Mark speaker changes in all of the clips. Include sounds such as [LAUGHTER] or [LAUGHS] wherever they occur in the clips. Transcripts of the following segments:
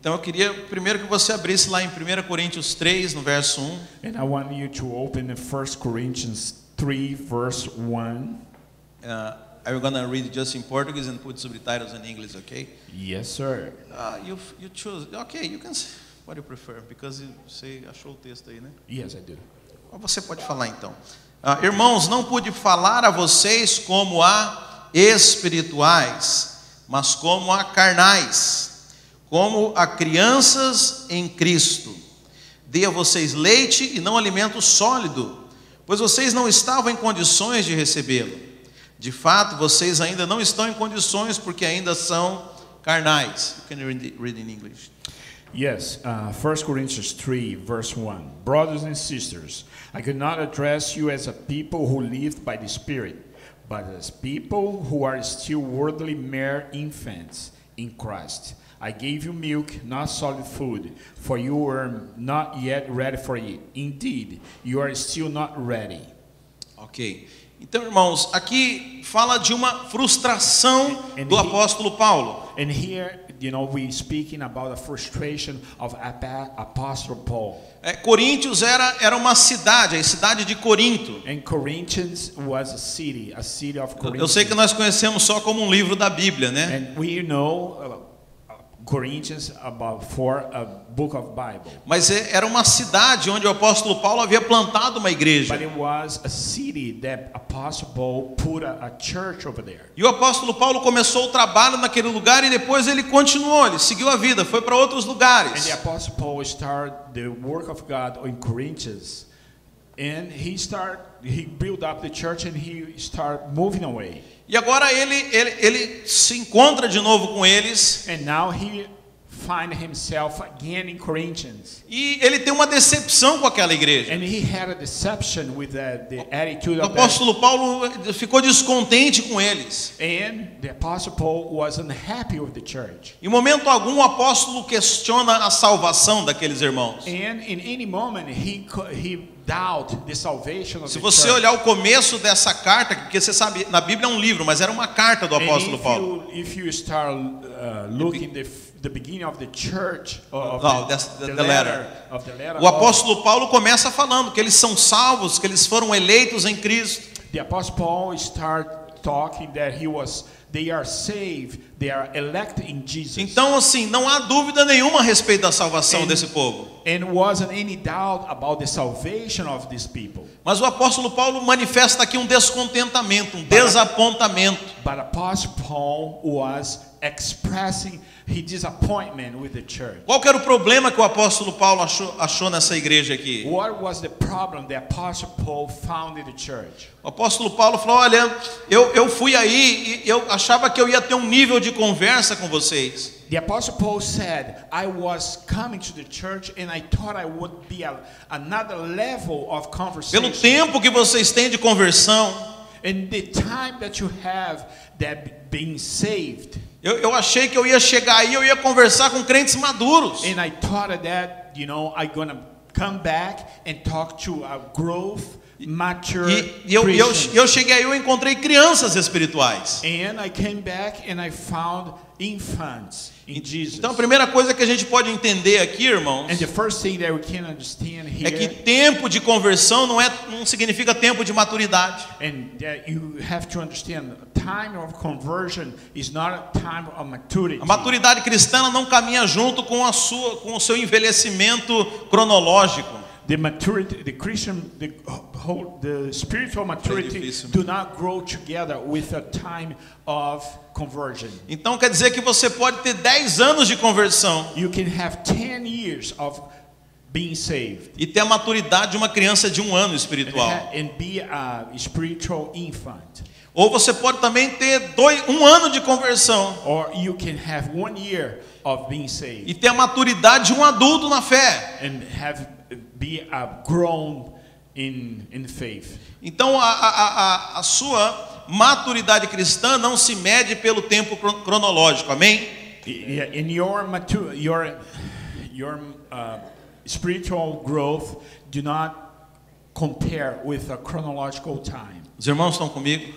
Speaker 1: Então eu queria primeiro que você abrisse lá em 1 Coríntios 3, no verso Uh, 1.
Speaker 2: And I want you to open in 1 Corinthians 3, verse 1.
Speaker 1: Uh, I'm gonna read just in Portuguese and put subtitles in English, okay?
Speaker 2: Yes, sir.
Speaker 1: Uh, you you choose. Okay, you can say what you prefer because you- você achou o texto aí, né?
Speaker 2: Yes, I do.
Speaker 1: Ou Você pode falar então. Ah, irmãos, não pude falar a vocês como a espirituais, mas como a carnais, como a crianças em Cristo. Dei a vocês leite e não alimento sólido, pois vocês não estavam em condições de recebê-lo. De fato, vocês ainda não estão em condições, porque ainda são carnais. You can read, read in English.
Speaker 2: Yes, uh, 1 Corinthians 3, verse 1. Brothers and sisters, I could not address you as a people who live by the Spirit, but as people who are still worldly mere infants in Christ. I gave you milk, not solid food, for you were not yet ready for it. Indeed, you are still not ready.
Speaker 1: Ok. Então, irmãos, aqui fala de uma frustração
Speaker 2: And
Speaker 1: do
Speaker 2: he-
Speaker 1: apóstolo Paulo.
Speaker 2: And here, you know, we're speaking about the frustration of Apa- Apostle Paul.
Speaker 1: É, Coríntios era, era uma cidade, a cidade de Corinto.
Speaker 2: And Corinthians was a city, a city of Corinthians.
Speaker 1: Eu sei que nós conhecemos só como um livro da Bíblia, né?
Speaker 2: And we know uh, uh, Corinthians about for a book of Bible,
Speaker 1: Mas é- era uma cidade onde o apóstolo Paulo havia plantado uma
Speaker 2: but
Speaker 1: igreja.
Speaker 2: it was a city that Apostle Paul put a, a church over there.
Speaker 1: E o apóstolo Paulo começou o trabalho naquele lugar e depois ele continuou, ele seguiu a vida, foi para outros
Speaker 2: And
Speaker 1: lugares.
Speaker 2: the Apostle Paul started the work of God in Corinthians, and he started he built up the church and he started moving away.
Speaker 1: E agora ele, ele, ele se encontra de novo com eles
Speaker 2: And now he find himself again in Corinthians.
Speaker 1: e ele tem uma decepção com aquela igreja.
Speaker 2: And he had a deception with the, the attitude
Speaker 1: O
Speaker 2: of that
Speaker 1: apóstolo Paulo eh, ficou descontente com eles.
Speaker 2: And the Apostle Paul was unhappy with the church.
Speaker 1: Em momento algum, o apóstolo questiona a salvação daqueles irmãos.
Speaker 2: And in any moment, he, co- he doubted the salvation of
Speaker 1: Se
Speaker 2: the
Speaker 1: você
Speaker 2: church.
Speaker 1: olhar o começo dessa carta, porque você sabe, na Bíblia é um livro, mas era uma carta do
Speaker 2: And
Speaker 1: apóstolo Paulo.
Speaker 2: If you, if you start uh, looking the, f- the beginning of the church, uh, of
Speaker 1: No,
Speaker 2: the,
Speaker 1: that's the- the letter.
Speaker 2: of the letter,
Speaker 1: O
Speaker 2: of-
Speaker 1: apóstolo Paulo começa falando que eles são salvos, que eles foram eleitos em Cristo.
Speaker 2: the Apostle Paul start talking that he was, they are saved, they are elected in Jesus.
Speaker 1: Então, assim, não há dúvida nenhuma a respeito da salvação
Speaker 2: And-
Speaker 1: desse povo.
Speaker 2: and wasn't any doubt about the salvation of these people.
Speaker 1: Mas o apóstolo Paulo manifesta aqui um descontentamento, um desapontamento.
Speaker 2: But Apostle Paul was expressing his disappointment with the church.
Speaker 1: Qual que era o problema que o apóstolo Paulo achou, achou nessa igreja aqui?
Speaker 2: What was the problem the Apostle Paul found in the church?
Speaker 1: O apóstolo Paulo falou: Olha, eu, eu fui aí e eu achava que eu ia ter um nível de conversa com vocês.
Speaker 2: The Apostle Paul said, I was coming to the church and I thought I would be a, another level of
Speaker 1: Pelo
Speaker 2: conversation.
Speaker 1: tempo que vocês têm de conversão,
Speaker 2: And the time that you have that being saved.
Speaker 1: eu, eu achei que eu ia chegar aí, eu ia conversar com crentes maduros.
Speaker 2: And I thought that, you know, i going to come back and talk to a growth, mature
Speaker 1: E, e eu, e eu,
Speaker 2: Christian.
Speaker 1: eu cheguei aí, eu encontrei crianças espirituais.
Speaker 2: And I came back and I found infants in Jesus.
Speaker 1: Então a primeira coisa que a gente pode entender aqui, irmãos,
Speaker 2: And the first thing that we can understand
Speaker 1: é que
Speaker 2: here,
Speaker 1: tempo de conversão não, é, não significa tempo de maturidade.
Speaker 2: and that you have to understand, time of conversion is not a time of maturity.
Speaker 1: A maturidade cristã ela não caminha junto com, a sua, com o seu envelhecimento cronológico.
Speaker 2: The maturity, the Christian, the whole, the spiritual maturity
Speaker 1: difícil,
Speaker 2: do not grow together with a time of conversion.
Speaker 1: Então quer dizer que você pode ter 10 anos de conversão
Speaker 2: You can have 10 years of being saved
Speaker 1: e ter a maturidade de uma criança de um ano
Speaker 2: and,
Speaker 1: espiritual.
Speaker 2: ha- and be a spiritual infant.
Speaker 1: Ou você pode também ter dois, um ano de conversão
Speaker 2: Or you can have one year of being saved
Speaker 1: e ter a maturidade de um adulto na fé.
Speaker 2: and have be a grown in in faith.
Speaker 1: Então a, a- a, a, a sua maturidade cristã não se mede pelo tempo cron- cronológico, amém?
Speaker 2: Yeah, in your mature, your your uh, spiritual growth do not compare with a chronological time.
Speaker 1: Os irmãos estão comigo?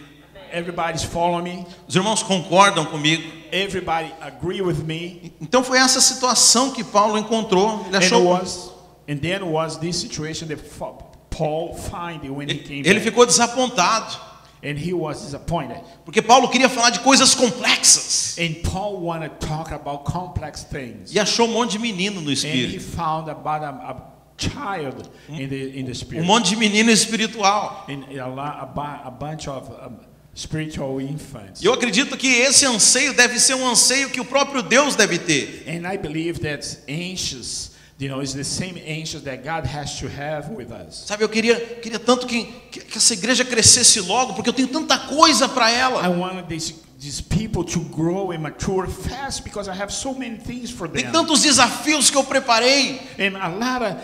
Speaker 2: Everybody's following me.
Speaker 1: Os irmãos concordam comigo?
Speaker 2: Everybody agree with me.
Speaker 1: Então foi essa situação que Paulo encontrou. Ele
Speaker 2: And it
Speaker 1: achou.
Speaker 2: was, and then was this situation that fa- Paul find it when he came
Speaker 1: Ele
Speaker 2: back.
Speaker 1: ficou desapontado,
Speaker 2: and he was disappointed.
Speaker 1: porque Paulo queria falar de coisas complexas
Speaker 2: And Paul wanted to talk about complex things.
Speaker 1: e achou um monte de menino no
Speaker 2: And he
Speaker 1: espírito,
Speaker 2: found about a, a child in the in the
Speaker 1: um
Speaker 2: spirit.
Speaker 1: monte de menino espiritual.
Speaker 2: and a, lot, a, bu- a bunch of um, spiritual infants.
Speaker 1: E eu acredito que esse anseio deve ser um anseio que o próprio Deus deve ter.
Speaker 2: And I believe that's anxious, you know, it's the same anxious that God has to have with us.
Speaker 1: Sabe, eu queria, queria tanto que, que, que essa igreja crescesse logo, porque eu tenho tanta coisa para
Speaker 2: I
Speaker 1: ela.
Speaker 2: wanted these, these people to grow and mature fast because I have so many things for
Speaker 1: Tem
Speaker 2: them.
Speaker 1: tantos desafios que eu preparei,
Speaker 2: And a lot of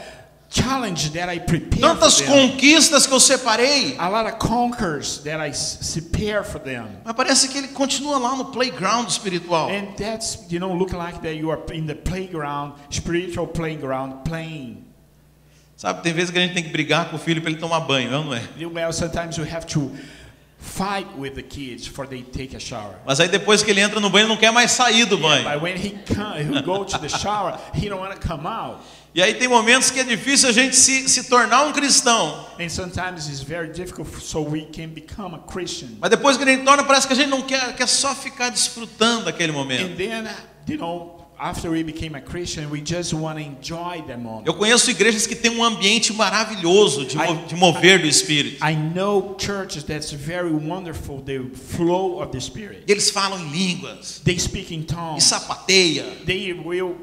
Speaker 2: challenge that I prepare
Speaker 1: tantas
Speaker 2: for them.
Speaker 1: conquistas que eu separei.
Speaker 2: A lot of conquers that I s- prepare for them.
Speaker 1: Mas parece que ele continua lá no playground espiritual.
Speaker 2: And that's, you know, look like that you are in the playground, spiritual playground, playing.
Speaker 1: Sabe, tem vezes que a gente tem que brigar com o filho para ele tomar banho, não não é?
Speaker 2: You- Well, sometimes you have to fight with the kids for they take a shower.
Speaker 1: Mas aí depois que ele entra no banho, ele não quer mais sair do banho.
Speaker 2: But when he come, he go to the shower, he don't want to come out.
Speaker 1: E aí tem momentos que é difícil a gente se, se tornar um cristão.
Speaker 2: And sometimes it's very difficult, so we can become a Christian.
Speaker 1: Mas depois que ele torna, parece que a gente não quer, quer só ficar desfrutando daquele momento.
Speaker 2: And then, you know, after we became a Christian, we just want to enjoy the moment.
Speaker 1: Eu conheço igrejas que têm um ambiente maravilhoso de, mo- de mover do Espírito.
Speaker 2: I know churches that's very wonderful, the flow of the Spirit.
Speaker 1: E eles falam em línguas,
Speaker 2: They speak in
Speaker 1: e
Speaker 2: tongues.
Speaker 1: sapateia.
Speaker 2: They will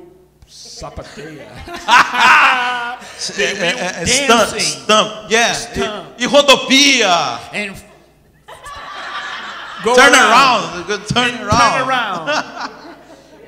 Speaker 1: [LAUGHS]
Speaker 2: sapateia.
Speaker 1: É,
Speaker 2: They
Speaker 1: é,
Speaker 2: will
Speaker 1: é, é, stamp,
Speaker 2: dancing.
Speaker 1: stamp, yeah.
Speaker 2: Stamp.
Speaker 1: E, e rodopia,
Speaker 2: and go
Speaker 1: turn
Speaker 2: around.
Speaker 1: around, turn
Speaker 2: Turn
Speaker 1: around. [LAUGHS]
Speaker 2: around.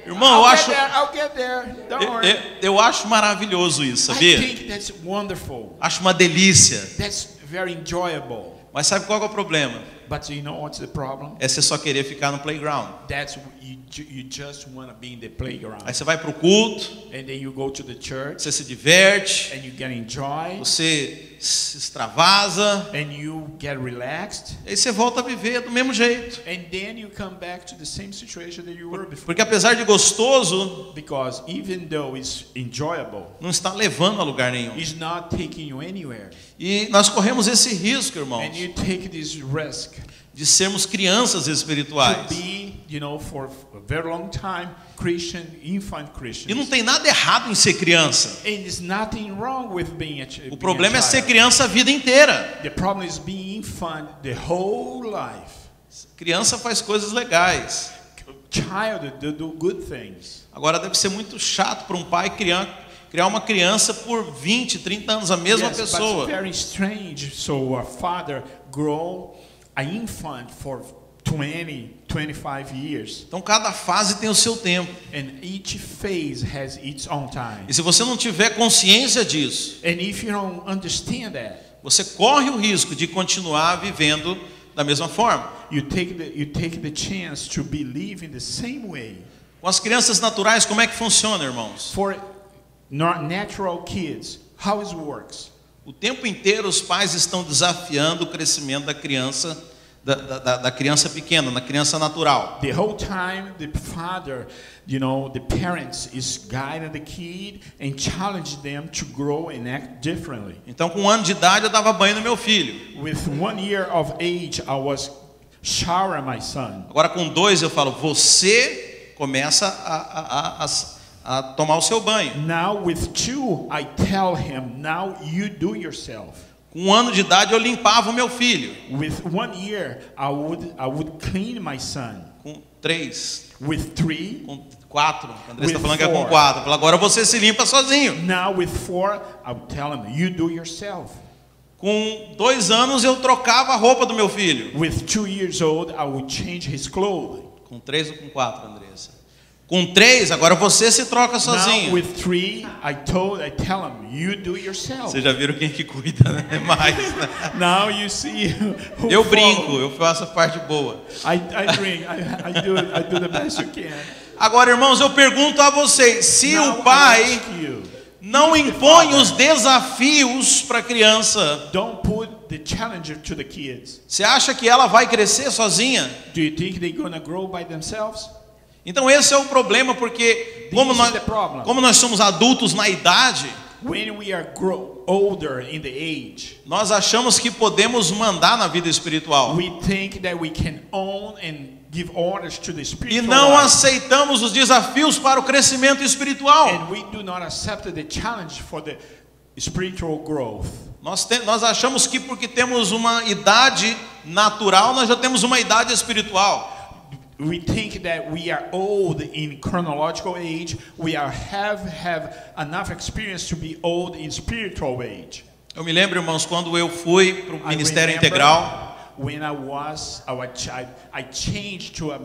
Speaker 1: Irmão, eu
Speaker 2: I'll,
Speaker 1: acho,
Speaker 2: get there, I'll get there. Don't
Speaker 1: eu,
Speaker 2: worry.
Speaker 1: eu- eu acho maravilhoso isso,
Speaker 2: I
Speaker 1: sabia?
Speaker 2: think that's wonderful.
Speaker 1: Acho uma delícia.
Speaker 2: That's very enjoyable.
Speaker 1: Mas sabe qual que é o problema?
Speaker 2: But you know what's the problem?
Speaker 1: É você só querer ficar no playground.
Speaker 2: That's you, ju- you just want to be in the
Speaker 1: Aí
Speaker 2: playground.
Speaker 1: você vai pro culto,
Speaker 2: And then you go to the church
Speaker 1: você se diverte,
Speaker 2: and you get enjoy
Speaker 1: você se extravasa,
Speaker 2: and you get relaxed.
Speaker 1: aí você volta a viver do mesmo jeito.
Speaker 2: And then you come back to the same situation that you were before.
Speaker 1: Porque apesar de gostoso,
Speaker 2: Because even though it's enjoyable,
Speaker 1: não está levando a lugar nenhum.
Speaker 2: it's not taking you anywhere.
Speaker 1: E nós corremos esse risco, irmãos,
Speaker 2: And you take this risk
Speaker 1: de sermos crianças espirituais.
Speaker 2: to be, you know, for a very long time, Christian, infant Christian.
Speaker 1: E não tem nada errado em ser criança.
Speaker 2: And there's nothing wrong with being a, being
Speaker 1: O
Speaker 2: a
Speaker 1: problema é ser
Speaker 2: child.
Speaker 1: criança a vida inteira.
Speaker 2: The problem is being infant the whole life.
Speaker 1: Criança faz coisas legais.
Speaker 2: Child do, do good things.
Speaker 1: Agora deve ser muito chato para um pai criar, criar uma criança por 20, 30 anos, a mesma
Speaker 2: yes, But
Speaker 1: pessoa.
Speaker 2: it's very strange. So a father grow an infant for 20, 25 years.
Speaker 1: Então cada fase tem o seu tempo.
Speaker 2: And each phase has its own time.
Speaker 1: E se você não tiver consciência disso,
Speaker 2: And if you don't understand that,
Speaker 1: você corre o risco de continuar vivendo da mesma forma.
Speaker 2: you take the, you take the chance to believe in the same way.
Speaker 1: Com as crianças naturais, como é que funciona, irmãos?
Speaker 2: For not natural kids, how it works.
Speaker 1: O tempo inteiro os pais estão desafiando o crescimento da criança, da, da- da- da criança pequena, na criança natural.
Speaker 2: The whole time, the father, you know, the parents is guiding the kid and challenge them to grow and act differently.
Speaker 1: Então, com um ano de idade, eu dava banho no meu filho.
Speaker 2: With one year of age, I was showering my son.
Speaker 1: Agora com dois eu falo, você começa a, a- a- a- a tomar o seu banho.
Speaker 2: Now with two, I tell him, now you do yourself.
Speaker 1: Com um ano de idade eu limpava o meu filho.
Speaker 2: With one year, I would I would clean my son.
Speaker 1: Com três,
Speaker 2: With three,
Speaker 1: com quatro. O André está
Speaker 2: With
Speaker 1: falando que é com
Speaker 2: four.
Speaker 1: quatro. Fala, agora você se limpa sozinho.
Speaker 2: now with four, I would tell him, you do yourself.
Speaker 1: Com dois anos eu trocava a roupa do meu filho.
Speaker 2: With two years old, I would change his clothes.
Speaker 1: Com três ou com quatro, Andressa? Com três, agora você se troca
Speaker 2: Now
Speaker 1: sozinho.
Speaker 2: with three, I told, I tell him, you do yourself.
Speaker 1: Vocês já viram quem que cuida, né? [LAUGHS] Mais. né?
Speaker 2: Now you see [LAUGHS] who
Speaker 1: Eu
Speaker 2: follow.
Speaker 1: brinco, eu faço a parte boa.
Speaker 2: I, I drink. I, I do. I do the best you can.
Speaker 1: Agora, irmãos, eu pergunto a vocês: se
Speaker 2: Now
Speaker 1: o
Speaker 2: I
Speaker 1: pai
Speaker 2: ask you,
Speaker 1: Não impõe os desafios para a criança.
Speaker 2: don't put the challenge to the kids.
Speaker 1: Você acha que ela vai crescer sozinha?
Speaker 2: Do you think they're gonna grow by themselves?
Speaker 1: Então esse é o problema, porque como
Speaker 2: is
Speaker 1: nós,
Speaker 2: the problem.
Speaker 1: como nós somos adultos na idade,
Speaker 2: When we are grow older in the age,
Speaker 1: nós achamos que podemos mandar na vida espiritual.
Speaker 2: we think that we can own and give orders to the
Speaker 1: E
Speaker 2: spiritual
Speaker 1: não
Speaker 2: life,
Speaker 1: aceitamos os desafios para o crescimento espiritual.
Speaker 2: and we do not accept the challenge for the spiritual growth.
Speaker 1: Nós, te- nós achamos que porque temos uma idade natural, nós já temos uma idade espiritual.
Speaker 2: We think that we are old in chronological age. We are have have enough experience to be old in spiritual age.
Speaker 1: Eu me lembro, irmãos, quando eu fui para o
Speaker 2: I
Speaker 1: Ministério
Speaker 2: remember
Speaker 1: Integral,
Speaker 2: When I was our child, I changed to a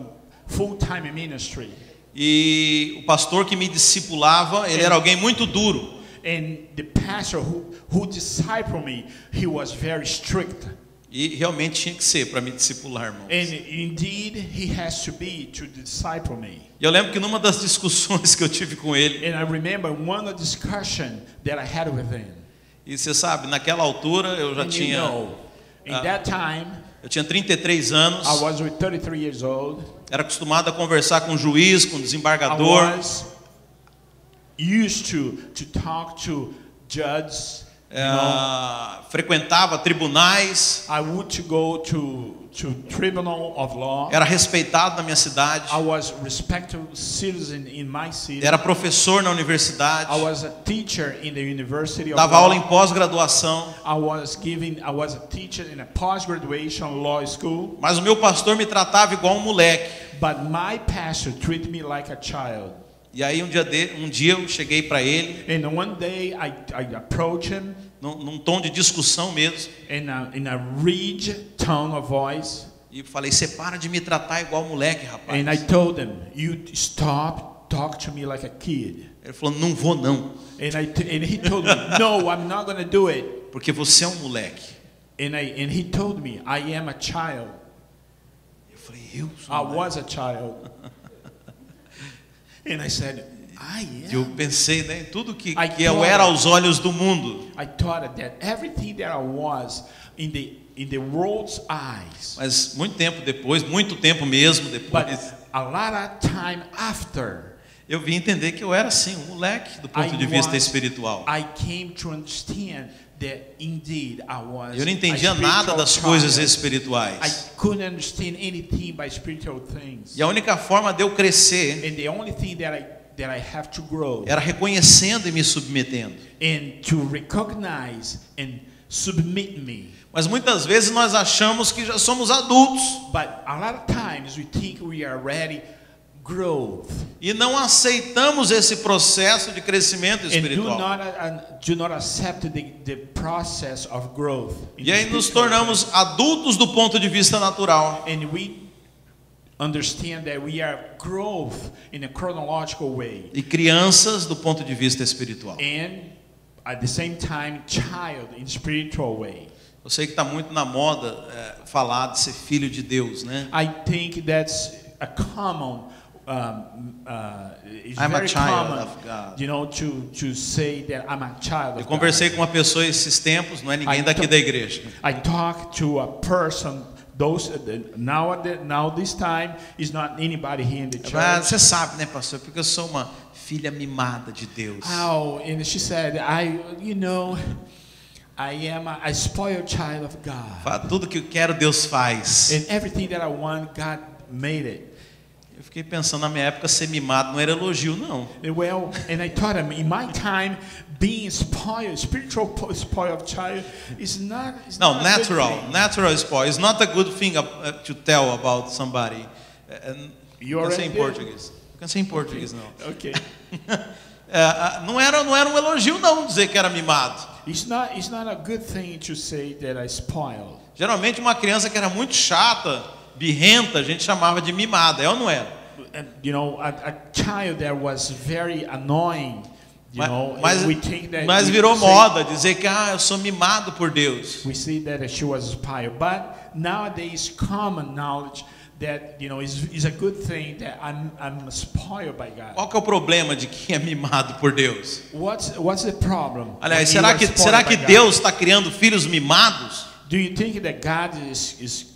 Speaker 2: full-time ministry,
Speaker 1: e o pastor que me discipulava,
Speaker 2: É.
Speaker 1: ele era alguém muito duro.
Speaker 2: and the pastor who who discipled me, he was very strict,
Speaker 1: E realmente tinha que ser para me discipular, irmãos.
Speaker 2: and indeed he has to be to disciple me.
Speaker 1: E eu lembro que numa das [LAUGHS] discussões que eu tive com ele,
Speaker 2: And I remember one discussion that I had with him.
Speaker 1: e você sabe, naquela altura eu já
Speaker 2: And you
Speaker 1: tinha,
Speaker 2: know, in
Speaker 1: Ah.
Speaker 2: that time.
Speaker 1: eu tinha 33 anos,
Speaker 2: I was with 33 years old.
Speaker 1: era acostumado a conversar com o juiz, com o
Speaker 2: I
Speaker 1: desembargador,
Speaker 2: was used to to talk to judges.
Speaker 1: eh,
Speaker 2: You know,
Speaker 1: frequentava tribunais,
Speaker 2: I would to go to to tribunal of law.
Speaker 1: era respeitado na minha cidade,
Speaker 2: I was respected citizen in my city.
Speaker 1: era professor na universidade,
Speaker 2: I was a teacher in the university of
Speaker 1: dava
Speaker 2: law.
Speaker 1: aula em pós-graduação,
Speaker 2: I was giving. I was a teacher in a post-graduation law school.
Speaker 1: mas o meu pastor me tratava igual um moleque.
Speaker 2: But my pastor treated me like a child.
Speaker 1: E aí um dia, de- um dia eu cheguei para ele,
Speaker 2: And one day I, I approached him
Speaker 1: num, num tom de discussão mesmo,
Speaker 2: in a, in a rage tone of voice.
Speaker 1: e falei, você para de me tratar igual moleque, rapaz.
Speaker 2: And I told them, you stop, talk to me like a kid.
Speaker 1: Ele falou, não vou não,
Speaker 2: And, I t- and he told me, no, I'm not going to do it.
Speaker 1: porque você é um moleque.
Speaker 2: And, I, and he told me, I am a child.
Speaker 1: Eu falei, eu sou
Speaker 2: I
Speaker 1: um moleque.
Speaker 2: was a
Speaker 1: [LAUGHS]
Speaker 2: child. and I said, I
Speaker 1: E eu
Speaker 2: am.
Speaker 1: pensei né, em tudo que,
Speaker 2: Ai,
Speaker 1: que eu
Speaker 2: cara.
Speaker 1: era aos olhos do mundo.
Speaker 2: I thought that everything that I was in the, in the world's
Speaker 1: [LAUGHS]
Speaker 2: eyes.
Speaker 1: Mas muito tempo depois, muito tempo mesmo
Speaker 2: But
Speaker 1: depois,
Speaker 2: a lot of time after,
Speaker 1: eu vim entender que eu era assim, um moleque do ponto
Speaker 2: I
Speaker 1: de vista
Speaker 2: was-
Speaker 1: espiritual.
Speaker 2: I came to understand that indeed I was
Speaker 1: Eu não
Speaker 2: a
Speaker 1: entendia nada
Speaker 2: spiritual
Speaker 1: das coisas
Speaker 2: child. I
Speaker 1: espirituais.
Speaker 2: couldn't understand anything by spiritual things.
Speaker 1: E a única forma de eu crescer
Speaker 2: And the only thing that I that I have to grow
Speaker 1: era reconhecendo e me submetendo.
Speaker 2: and to recognize and submit me.
Speaker 1: Mas muitas vezes nós achamos que já somos adultos
Speaker 2: But a lot of times we think we are ready growth
Speaker 1: e não aceitamos esse processo de crescimento
Speaker 2: and do
Speaker 1: espiritual.
Speaker 2: not uh, uh, do not accept the, the process of growth. in
Speaker 1: E aí nos
Speaker 2: spiritual
Speaker 1: tornamos adultos do ponto de vista natural.
Speaker 2: and we understand that we are growth in a chronological way
Speaker 1: e crianças do ponto de vista espiritual.
Speaker 2: and at the same time child in spiritual way
Speaker 1: Eu sei que está muito na moda é, falar de ser filho de Deus, né?
Speaker 2: i think that's a common um, uh, it's
Speaker 1: I'm a
Speaker 2: very
Speaker 1: child
Speaker 2: common,
Speaker 1: of God.
Speaker 2: you know to, to say that i'm a child
Speaker 1: Eu
Speaker 2: of
Speaker 1: conversei
Speaker 2: God.
Speaker 1: com uma pessoa esses tempos, não é ninguém
Speaker 2: Ah,
Speaker 1: daqui
Speaker 2: então-
Speaker 1: da igreja.
Speaker 2: i talked to a person those uh, now now this time is not anybody here in the church
Speaker 1: Ah, você sabe, né, pastor? Porque eu sou uma filha mimada de Deus.
Speaker 2: Oh, and she said, I, you know, I am a, a spoiled child of God.
Speaker 1: Fa- Tudo que eu quero, Deus faz.
Speaker 2: And everything that I want, God made it.
Speaker 1: Eu fiquei pensando, na minha época, ser mimado não era elogio, não.
Speaker 2: And Eh, well, and I thought, I mean, in my time, being spoiled, spiritual po- spoiled child, is not. Is
Speaker 1: Não,
Speaker 2: not a good
Speaker 1: natural.
Speaker 2: thing.
Speaker 1: Natural spoil. It's not a good thing uh, to tell about somebody. Uh,
Speaker 2: You
Speaker 1: eu cansei
Speaker 2: already
Speaker 1: em
Speaker 2: did.
Speaker 1: português. Eu Cansei em português, não.
Speaker 2: Okay.
Speaker 1: É, a- não, era, não era um elogio, não, dizer que era mimado.
Speaker 2: It's not, it's not a good thing to say that I spoiled.
Speaker 1: Geralmente, uma criança que era muito chata, birrenta, a gente chamava de mimada, é ou não era?
Speaker 2: And, you know, a, a child that was very annoying, you
Speaker 1: Ma-
Speaker 2: know, and
Speaker 1: Mas,
Speaker 2: we think that.
Speaker 1: mas
Speaker 2: we
Speaker 1: virou
Speaker 2: say-
Speaker 1: moda dizer que ah, eu sou mimado por Deus.
Speaker 2: we see that she was inspired. But nowadays, common knowledge that you know is, is a good thing that I'm I'm inspired by God.
Speaker 1: Qual que é o problema de quem é mimado por Deus?
Speaker 2: What's what's the problem?
Speaker 1: Aliás,
Speaker 2: when you
Speaker 1: será
Speaker 2: are
Speaker 1: que,
Speaker 2: spoiled
Speaker 1: será
Speaker 2: by
Speaker 1: que
Speaker 2: God?
Speaker 1: Deus está criando filhos mimados?
Speaker 2: Do you think that God is, is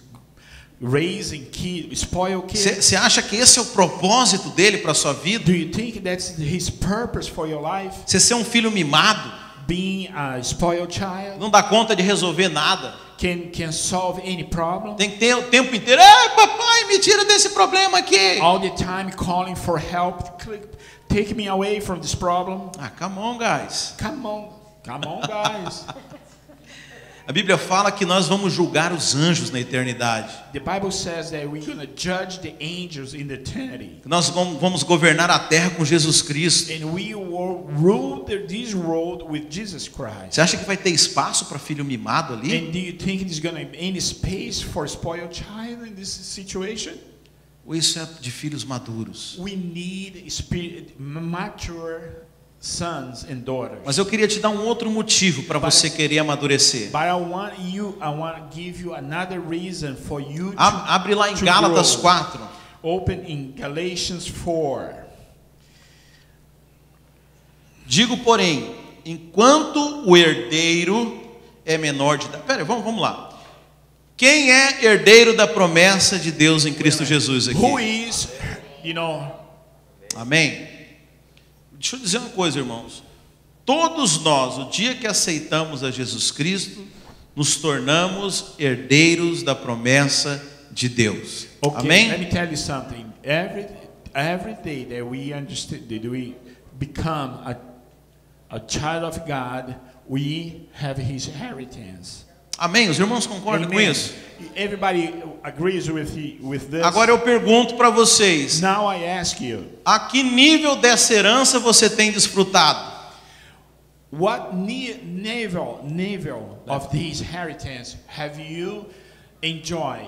Speaker 2: raising kid, spoiled kids?
Speaker 1: Você acha que esse é o propósito dele para a sua vida?
Speaker 2: Do you think that's His purpose for your life?
Speaker 1: Você ser um filho mimado,
Speaker 2: Being a spoiled child
Speaker 1: não dá conta de resolver nada.
Speaker 2: can can solve any problem.
Speaker 1: Tem que ter o tempo inteiro, "Ei, papai, me tira desse problema aqui.
Speaker 2: All the time calling for help. Click, take me away from this problem.
Speaker 1: Ah, come on, guys.
Speaker 2: Come on, come on, guys.
Speaker 1: A Bíblia fala que nós vamos julgar os anjos na eternidade.
Speaker 2: the Bible says that we're gonna judge the angels in eternity.
Speaker 1: que Nós vamos vamos governar a terra com Jesus Cristo.
Speaker 2: And we will rule the, this world with Jesus Christ.
Speaker 1: Você acha que vai ter espaço para filho mimado ali?
Speaker 2: And do you think there's going to be any space for spoiled child in this situation?
Speaker 1: Ou isso é de filhos maduros?
Speaker 2: We need spirit, mature sons and daughters.
Speaker 1: Mas eu queria te dar um outro motivo para você querer amadurecer.
Speaker 2: But I want you, I want to give you another reason for you to
Speaker 1: A- Abre lá em
Speaker 2: to
Speaker 1: Gálatas
Speaker 2: grow.
Speaker 1: 4.
Speaker 2: open in Galatians 4.
Speaker 1: Digo, porém, enquanto o herdeiro é menor de idade. Pera, aí, vamos, vamos lá. Quem é herdeiro da promessa de Deus em Cristo Jesus
Speaker 2: Who
Speaker 1: aqui?
Speaker 2: is, you know,
Speaker 1: Amém? Deixa eu dizer uma coisa, irmãos. Todos nós, o dia que aceitamos a Jesus Cristo, nos tornamos herdeiros da promessa de Deus.
Speaker 2: Okay, let
Speaker 1: Amém?
Speaker 2: me tell you something. Every every day that we understand that we become a a child of God, we have his inheritance.
Speaker 1: Amém? Os irmãos concordam com
Speaker 2: Amen.
Speaker 1: isso?
Speaker 2: Everybody agrees with he, with this.
Speaker 1: Agora eu pergunto para vocês:
Speaker 2: now I ask you,
Speaker 1: A que nível dessa herança você tem desfrutado?
Speaker 2: what ne- navel navel of this inheritance have you enjoyed?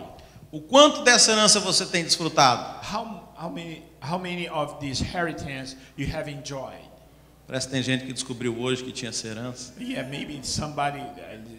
Speaker 1: O quanto dessa herança você tem desfrutado?
Speaker 2: How how many how many of this inheritance you have enjoyed?
Speaker 1: Parece que tem gente que descobriu hoje que tinha essa herança.
Speaker 2: Yeah, maybe somebody,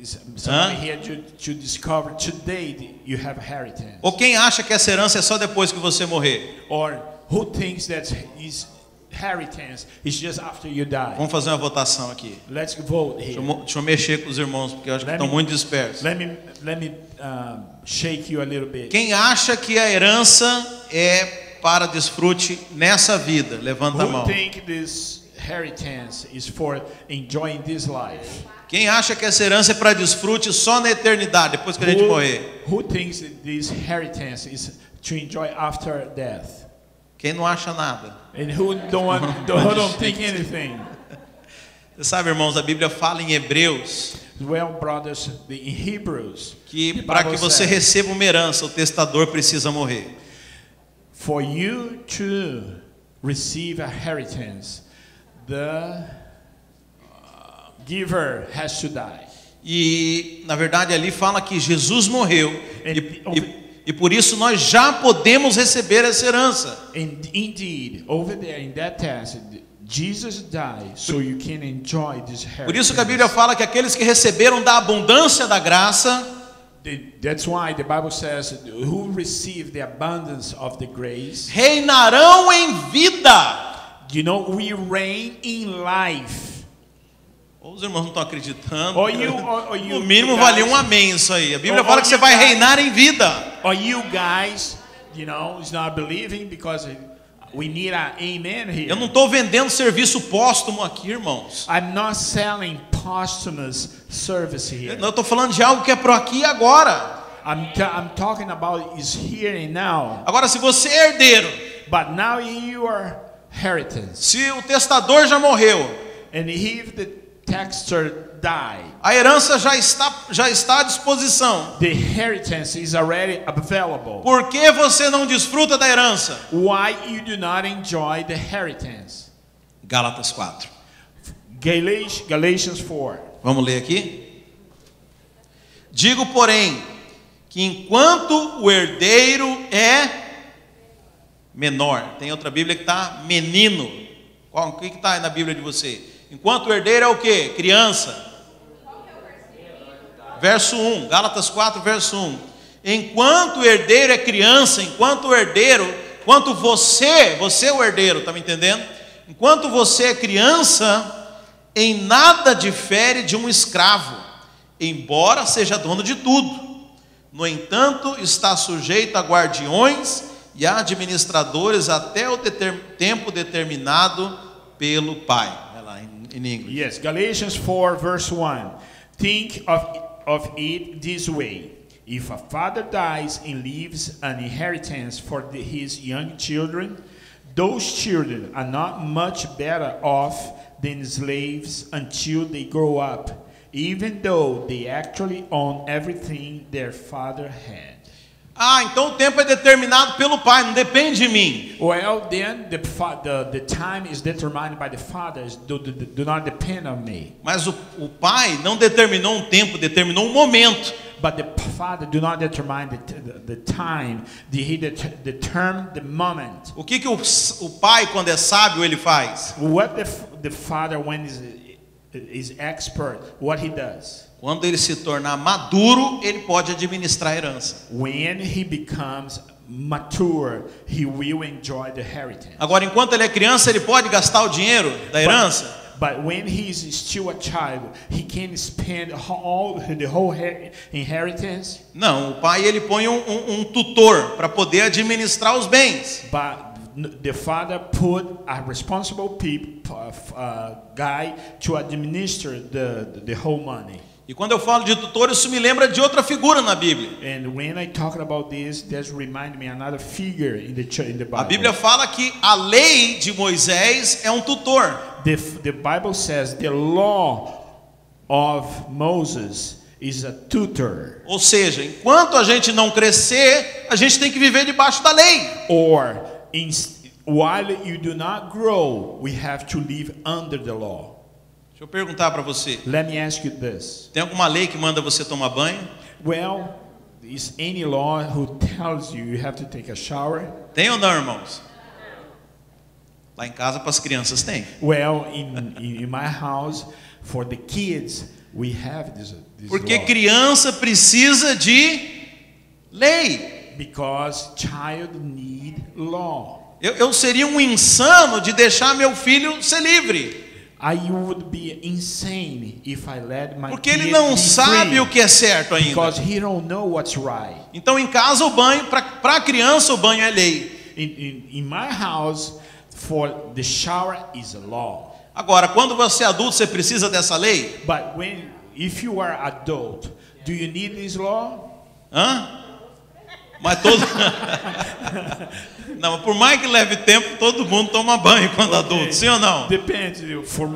Speaker 2: somebody here to, to discover today that you have inheritance.
Speaker 1: Ou quem acha que essa herança é só depois que você morrer?
Speaker 2: Or who thinks that is inheritance is just after you die.
Speaker 1: Vamos fazer uma votação aqui.
Speaker 2: Let's vote
Speaker 1: Deixa eu,
Speaker 2: here.
Speaker 1: mo- deixa eu mexer com os irmãos, porque eu acho que
Speaker 2: Let
Speaker 1: estão
Speaker 2: me-
Speaker 1: muito dispersos.
Speaker 2: Let me let me um, shake you a little bit.
Speaker 1: Quem acha que a herança é para desfrute nessa vida? Levanta a
Speaker 2: Who
Speaker 1: mão.
Speaker 2: think this inheritance is for enjoying this life?
Speaker 1: Quem acha que essa herança é para desfrute só na eternidade, depois que a gente
Speaker 2: Who,
Speaker 1: morrer?
Speaker 2: who thinks that this inheritance is to enjoy after death?
Speaker 1: Quem não acha nada?
Speaker 2: And who don't want,
Speaker 1: [LAUGHS]
Speaker 2: who don't think anything?
Speaker 1: Você sabe, irmãos, a Bíblia fala em Hebreus
Speaker 2: Well, brothers, the in Hebrews,
Speaker 1: que
Speaker 2: the
Speaker 1: para
Speaker 2: Bible
Speaker 1: que você
Speaker 2: says,
Speaker 1: receba uma herança, o testador precisa morrer.
Speaker 2: for you to receive a inheritance, the uh, giver has to die.
Speaker 1: E, na verdade, ali fala que Jesus morreu.
Speaker 2: Ele-
Speaker 1: E, e- e por isso nós já podemos receber essa herança.
Speaker 2: And indeed, over there in that text, Jesus died so you can enjoy this
Speaker 1: É. Por
Speaker 2: heritage.
Speaker 1: isso que a Bíblia fala que aqueles que receberam da abundância da graça,
Speaker 2: The- That's why the Bible says, "Who receive the abundance of the grace?"
Speaker 1: reinarão em vida.
Speaker 2: You know, we reign in life.
Speaker 1: Ou os irmãos não estão acreditando. [LAUGHS]
Speaker 2: Or you- or- or you
Speaker 1: no mínimo
Speaker 2: guys-
Speaker 1: valia um amém isso aí. A Bíblia
Speaker 2: Or-
Speaker 1: fala
Speaker 2: or
Speaker 1: que você
Speaker 2: you
Speaker 1: vai
Speaker 2: guys-
Speaker 1: reinar em vida.
Speaker 2: Or you guys, you know, is not believing because we need an amen here.
Speaker 1: Eu não estou vendendo serviço póstumo aqui, irmãos.
Speaker 2: I'm not selling posthumous service here.
Speaker 1: Eu estou falando de algo que é pro aqui e agora.
Speaker 2: I'm, t- I'm talking about is here and now.
Speaker 1: Agora, se você é herdeiro,
Speaker 2: But now you are inheritance.
Speaker 1: se o testador já morreu,
Speaker 2: And if the texture die,
Speaker 1: a herança já está, já está à disposição.
Speaker 2: the inheritance is already available.
Speaker 1: Por que você não desfruta da herança?
Speaker 2: Why you do not enjoy the inheritance?
Speaker 1: Gálatas 4.
Speaker 2: Galatians, Galatians 4.
Speaker 1: Vamos ler aqui? Digo, porém, que enquanto o herdeiro é menor, tem outra Bíblia que está menino. Qual, o que está aí na Bíblia de você? Enquanto o herdeiro é o quê? Criança. Verso 1, Gálatas 4, verso 1. Enquanto o herdeiro é criança, enquanto o herdeiro, enquanto você, você é o herdeiro, tá me entendendo? Enquanto você é criança, em nada difere de um escravo, embora seja dono de tudo. No entanto, está sujeito a guardiões e a administradores até o deter- tempo determinado pelo Pai. Vai lá, em, em inglês.
Speaker 2: Yes, Galatians 4, verse 1. Think of, of it this way If a father dies and leaves an inheritance for the- his young children, those children are not much better off than slaves until they grow up, even though they actually own everything their father had.
Speaker 1: Ah, então o tempo é determinado pelo Pai, não depende de mim.
Speaker 2: Well, then the, fa- the, the time is determined by the fathers, do, do, do not depend on me.
Speaker 1: Mas o, o Pai não determinou um tempo, determinou um momento.
Speaker 2: But the Father do not determine the, the, the time, the, he det- determine the moment.
Speaker 1: O que, que o, s- o Pai, quando é sábio, ele faz?
Speaker 2: What the, f- the Father, when is, is expert, what he does.
Speaker 1: Quando ele se tornar maduro, ele pode administrar a herança.
Speaker 2: When he becomes mature, he will enjoy the heritage.
Speaker 1: Agora, enquanto ele é criança, ele pode gastar o dinheiro da herança?
Speaker 2: But when he is still a child, he can spend all the whole her- inheritance.
Speaker 1: Não, o pai ele põe um, um- um tutor para poder administrar os bens.
Speaker 2: But n- the father put a responsible peop, uh, f- uh, guy to administer the, the whole money.
Speaker 1: E quando eu falo de tutor, isso me lembra de outra figura na Bíblia.
Speaker 2: And when I talk about this, that remind me another figure in the church, in the
Speaker 1: A
Speaker 2: Bible.
Speaker 1: Bíblia fala que a lei de Moisés é um tutor.
Speaker 2: the, f- the Bible says the law of Moses is a tutor,
Speaker 1: Ou seja, enquanto a gente não crescer, a gente tem que viver debaixo da lei.
Speaker 2: or in, while you do not grow, we have to live under the law.
Speaker 1: Deixa eu perguntar para você:
Speaker 2: Let me ask you this:
Speaker 1: tem alguma lei que manda você tomar banho?
Speaker 2: Well, is any law who tells you you have to take a shower?
Speaker 1: Tem ou não, irmãos? Lá em casa, para as crianças, tem.
Speaker 2: Well, in, in, in my house, for the kids, we have this, this
Speaker 1: Porque
Speaker 2: law.
Speaker 1: criança precisa de lei.
Speaker 2: Because child need law.
Speaker 1: Eu, eu seria um insano de deixar meu filho ser livre,
Speaker 2: I would be insane if I let my
Speaker 1: porque ele
Speaker 2: kid
Speaker 1: não
Speaker 2: be
Speaker 1: sabe
Speaker 2: free,
Speaker 1: o que é certo ainda.
Speaker 2: because he don't know what's right.
Speaker 1: Então, em casa, o banho, para a criança, o banho é lei.
Speaker 2: In, in, in my house, for the shower is a law.
Speaker 1: Agora, quando você é adulto, você precisa dessa lei?
Speaker 2: But when if you are adult, do you need this law?
Speaker 1: Hã? Mas todo. não, por mais que leve tempo, todo mundo toma banho quando adulto, sim ou não?
Speaker 2: Depends. you- For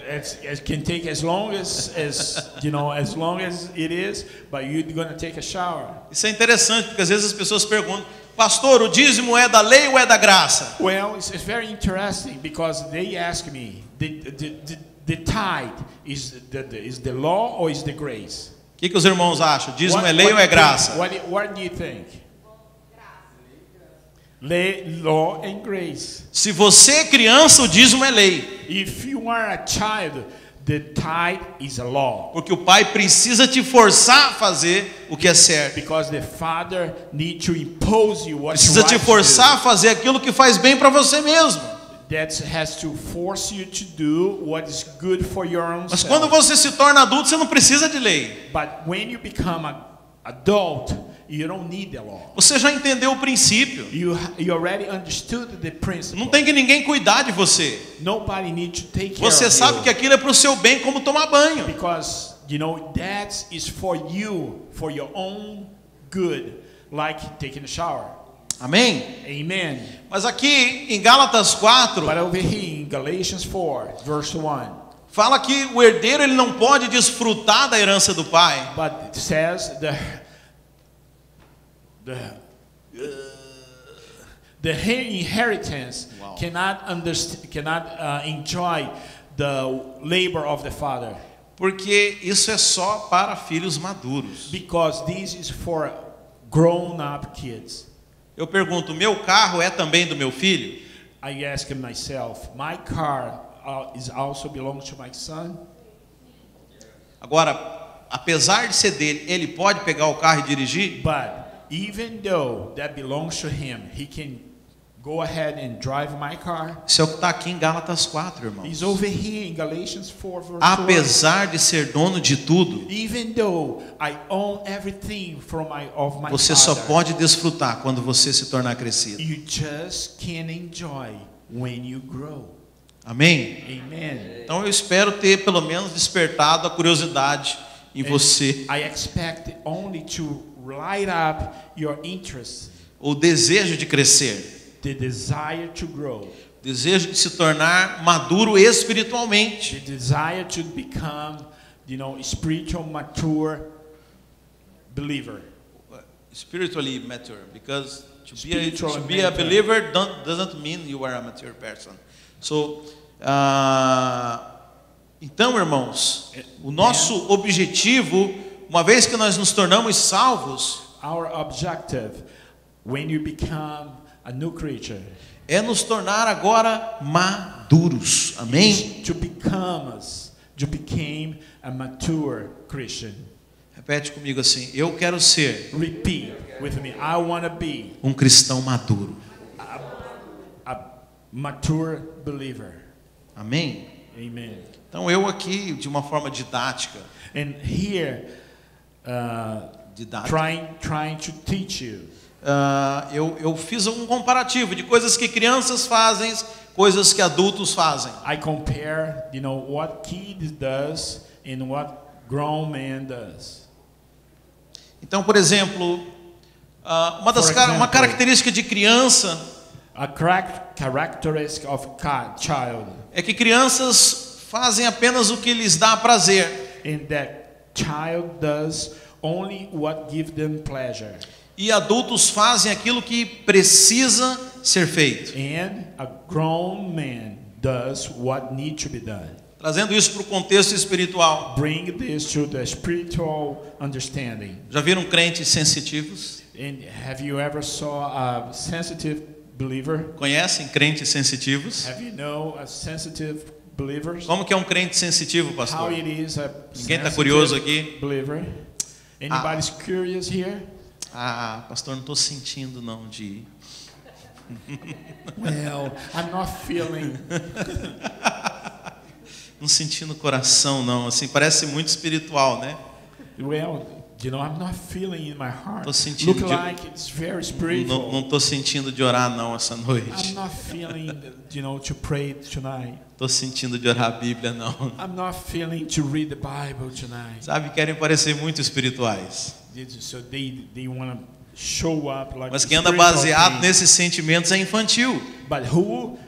Speaker 2: it's- it can take as long as, as you know as long as it is, but you're gonna take a shower.
Speaker 1: Isso é interessante, porque às vezes as pessoas perguntam: Pastor, o dízimo é da lei ou é da graça?
Speaker 2: Well, it's, it's very interesting because they ask me the, the, the, the tithe is the, the, is the law or is the grace?
Speaker 1: O que, que os irmãos acham? Dízimo é lei ou
Speaker 2: do
Speaker 1: é
Speaker 2: you
Speaker 1: graça?
Speaker 2: Think, what, do- what do you think? Lei, law and grace.
Speaker 1: Se você é criança, o dízimo é lei,
Speaker 2: If you are a child, the tithe is a law
Speaker 1: porque o pai precisa te forçar a fazer o que é certo.
Speaker 2: because the father need to impose you what
Speaker 1: Precisa
Speaker 2: you
Speaker 1: te
Speaker 2: right to do.
Speaker 1: forçar a fazer aquilo que faz bem para você mesmo.
Speaker 2: That has to force you to do what is good for your own
Speaker 1: Mas
Speaker 2: self.
Speaker 1: quando você se torna adulto, você não precisa de lei.
Speaker 2: But when you become an adult, you don't need the law.
Speaker 1: Você já entendeu o princípio.
Speaker 2: You, you already understood the principle.
Speaker 1: Não tem que ninguém cuidar de você.
Speaker 2: Nobody needs to take care
Speaker 1: Você
Speaker 2: of
Speaker 1: sabe
Speaker 2: you.
Speaker 1: que aquilo é para o seu bem, como tomar banho.
Speaker 2: Because, you know, that is for you, for your own good, like taking a shower.
Speaker 1: Amém?
Speaker 2: Amen.
Speaker 1: Mas aqui em Gálatas 4,
Speaker 2: But over here in Galatians 4, verse 1,
Speaker 1: fala que o herdeiro ele não pode desfrutar da herança do pai.
Speaker 2: but it says the, the, uh, the he- inheritance
Speaker 1: Wow.
Speaker 2: cannot, underst- cannot uh, enjoy the labor of the father.
Speaker 1: Porque isso é só para filhos maduros.
Speaker 2: Because this is for grown up kids.
Speaker 1: Eu pergunto, meu carro é também do meu filho?
Speaker 2: I ask myself, my car uh, is also belongs to my son.
Speaker 1: Agora, apesar de ser dele, ele pode pegar o carro e dirigir?
Speaker 2: But even though that belongs to him, he can Go ahead and drive my car.
Speaker 1: Isso é o que está aqui em Gálatas 4, irmãos.
Speaker 2: It's over here in Galatians 4, verse 12.
Speaker 1: Apesar de ser dono de tudo,
Speaker 2: Even though I own everything from my of my
Speaker 1: você só
Speaker 2: father,
Speaker 1: pode desfrutar quando você se tornar crescido.
Speaker 2: you just can enjoy when you grow.
Speaker 1: Amém?
Speaker 2: Amen.
Speaker 1: Então eu espero ter pelo menos despertado a curiosidade em
Speaker 2: É.
Speaker 1: você,
Speaker 2: I expect only to light up your interest,
Speaker 1: ou desejo de crescer,
Speaker 2: the desire to grow,
Speaker 1: desejo de se tornar maduro espiritualmente.
Speaker 2: the desire to become, you know, spiritual mature believer.
Speaker 1: Spiritually mature, because to be a,
Speaker 2: Spiritual
Speaker 1: to be a
Speaker 2: mature.
Speaker 1: believer don't, doesn't mean you are a mature person. So, ah, então, irmãos,
Speaker 2: É.
Speaker 1: o nosso objetivo, uma vez que nós nos tornamos salvos,
Speaker 2: Our objective when you become a new creature
Speaker 1: é nos tornar agora maduros. Amém?
Speaker 2: is to become us, to become a mature Christian.
Speaker 1: Repete comigo assim: Eu quero ser
Speaker 2: Repeat with me. I want to be
Speaker 1: um cristão maduro.
Speaker 2: a mature believer.
Speaker 1: Amém?
Speaker 2: Amen.
Speaker 1: Então eu aqui, de uma forma didática,
Speaker 2: And here, uh,
Speaker 1: didática
Speaker 2: trying trying to teach you.
Speaker 1: ah, eu, eu fiz um comparativo de coisas que crianças fazem, coisas que adultos fazem.
Speaker 2: I compare, you know, what kid does and what grown man does.
Speaker 1: Então, por exemplo, ah, uma, das
Speaker 2: For
Speaker 1: car- uma
Speaker 2: example.
Speaker 1: característica de criança
Speaker 2: A crack characteristic of ca- child
Speaker 1: é que crianças fazem apenas o que lhes dá prazer.
Speaker 2: and that child does only what gives them pleasure.
Speaker 1: E adultos fazem aquilo que precisa ser feito.
Speaker 2: And a grown man does what needs to be done.
Speaker 1: Trazendo isso para o contexto espiritual.
Speaker 2: Bring this to the spiritual understanding.
Speaker 1: Já viram crentes sensitivos?
Speaker 2: And have you ever saw a sensitive believer?
Speaker 1: Conhecem crentes sensitivos?
Speaker 2: Have you know a sensitive believer?
Speaker 1: Como que é um crente sensitivo,
Speaker 2: How
Speaker 1: pastor?
Speaker 2: it is a
Speaker 1: Ninguém tá
Speaker 2: sensitive
Speaker 1: curioso aqui?
Speaker 2: Believer. Anybody's curious
Speaker 1: [LAUGHS]
Speaker 2: here?
Speaker 1: Ah, pastor, não estou sentindo não de ir.
Speaker 2: Well, I'm not feeling.
Speaker 1: Não senti no coração não, assim, parece muito espiritual, né?
Speaker 2: Well, you know, I'm not feeling in my heart.
Speaker 1: Tô sentindo
Speaker 2: Look
Speaker 1: de-
Speaker 2: like it's very spiritual.
Speaker 1: Não, não tô sentindo de orar não essa
Speaker 2: I'm
Speaker 1: noite.
Speaker 2: not feeling, you know, to pray tonight.
Speaker 1: Tô sentindo de orar a Bíblia não.
Speaker 2: I'm not feeling to read the Bible tonight.
Speaker 1: Sabe, querem parecer muito espirituais.
Speaker 2: So they they want to show up like.
Speaker 1: Mas
Speaker 2: a
Speaker 1: quem anda
Speaker 2: spiritual
Speaker 1: baseado
Speaker 2: thing.
Speaker 1: nesses sentimentos é infantil.
Speaker 2: But who,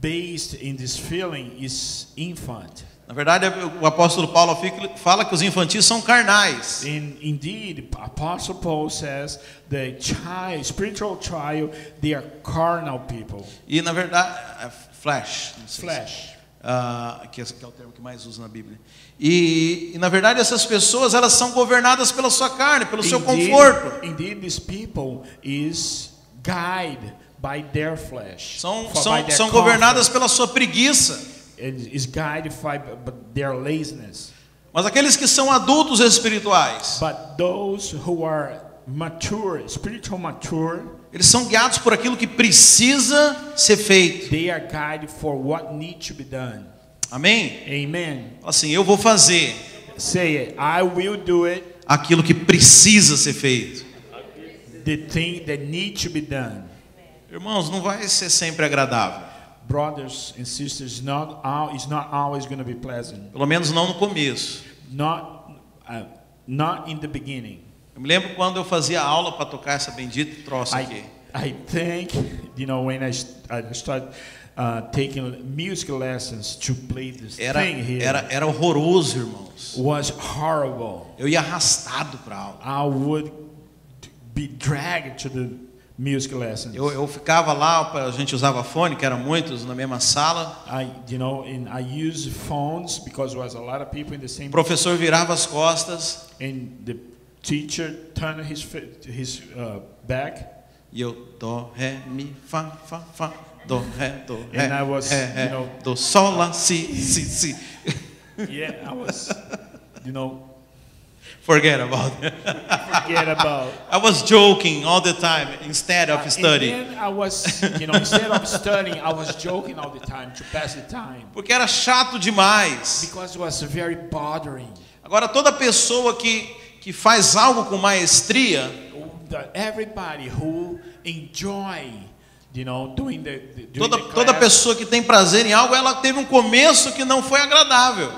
Speaker 2: based in this feeling, is infant.
Speaker 1: Na verdade, o apóstolo Paulo fica- fala que os infantis são carnais.
Speaker 2: And indeed, Apostle Paul says the child, spiritual child, they are carnal people,
Speaker 1: E na verdade, é flash. não sei se-
Speaker 2: flesh.
Speaker 1: Ah, que, é, que é o termo que mais usa na Bíblia. E, e, na verdade essas pessoas elas são governadas pela sua carne, pelo seu
Speaker 2: Indeed-
Speaker 1: conforto.
Speaker 2: Indeed, these people is guided by their flesh.
Speaker 1: São,
Speaker 2: for- by
Speaker 1: são,
Speaker 2: their
Speaker 1: são
Speaker 2: comfort,
Speaker 1: governadas pela sua preguiça.
Speaker 2: And is guided by by their laziness.
Speaker 1: Mas aqueles que são adultos espirituais,
Speaker 2: But those who are mature, spiritual mature,
Speaker 1: eles são guiados por aquilo que precisa ser feito.
Speaker 2: they are guided for what needs to be done.
Speaker 1: Amém?
Speaker 2: Amen.
Speaker 1: Fala Assim, eu vou fazer
Speaker 2: Say it. I will do it.
Speaker 1: aquilo que precisa ser feito.
Speaker 2: The thing that needs to be done.
Speaker 1: Irmãos, não vai ser sempre agradável.
Speaker 2: Brothers and sisters, not all, it's not always going to be pleasant.
Speaker 1: Pelo menos não no começo.
Speaker 2: Not, uh, not in the beginning.
Speaker 1: Eu me lembro quando eu fazia aula para tocar essa bendita troça aqui.
Speaker 2: I, I think, you know, when I, st- I started uh, taking music lessons to play this
Speaker 1: Era,
Speaker 2: thing here,
Speaker 1: era, era horroroso, irmãos.
Speaker 2: was horrible.
Speaker 1: Eu ia arrastado para aula.
Speaker 2: I would d- be dragged to the music lessons.
Speaker 1: Eu, eu ficava lá, a gente usava fone, que era muitos na mesma sala.
Speaker 2: I, you know, and I used phones because there was a lot of people in the
Speaker 1: O
Speaker 2: same.
Speaker 1: professor virava as costas
Speaker 2: And the teacher turned his fa- his uh, back,
Speaker 1: e eu dó, ré, mi, fá, fá, fá, dó, ré, dó, ré,
Speaker 2: And I was,
Speaker 1: ré, ré,
Speaker 2: you know-
Speaker 1: dó, sol, lá, si, si, si.
Speaker 2: [LAUGHS] yeah, I was, you know,
Speaker 1: Forget about it.
Speaker 2: Forget about.
Speaker 1: I was joking all the time instead of [LAUGHS] studying.
Speaker 2: Ah, And then I was, you know, instead of studying, I was joking all the time to pass the time
Speaker 1: Porque era chato demais.
Speaker 2: because it was very bothering.
Speaker 1: Agora, toda pessoa que, que faz algo com maestria,
Speaker 2: The, everybody who enjoy, you know, doing the, the, doing
Speaker 1: toda,
Speaker 2: the
Speaker 1: toda
Speaker 2: class,
Speaker 1: pessoa que tem prazer em algo, ela teve um começo que não foi agradável.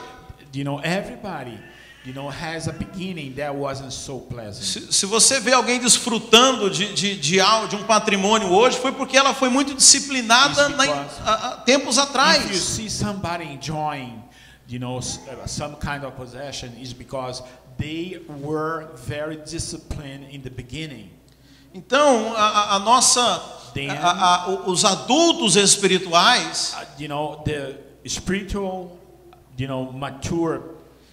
Speaker 2: you know, everybody, you know, has a beginning that wasn't so pleasant.
Speaker 1: Se, se você vê alguém desfrutando de, de, de, al- de um patrimônio hoje, foi porque ela foi muito disciplinada na- a- a- tempos
Speaker 2: If you
Speaker 1: atrás.
Speaker 2: see somebody enjoying, you know, s- uh, some kind of possession, is because they were very disciplined in the beginning.
Speaker 1: Então, a, a- a nossa,
Speaker 2: Dan.
Speaker 1: a- a- o- os adultos espirituais,
Speaker 2: Uh, you know, the spiritual, you know, mature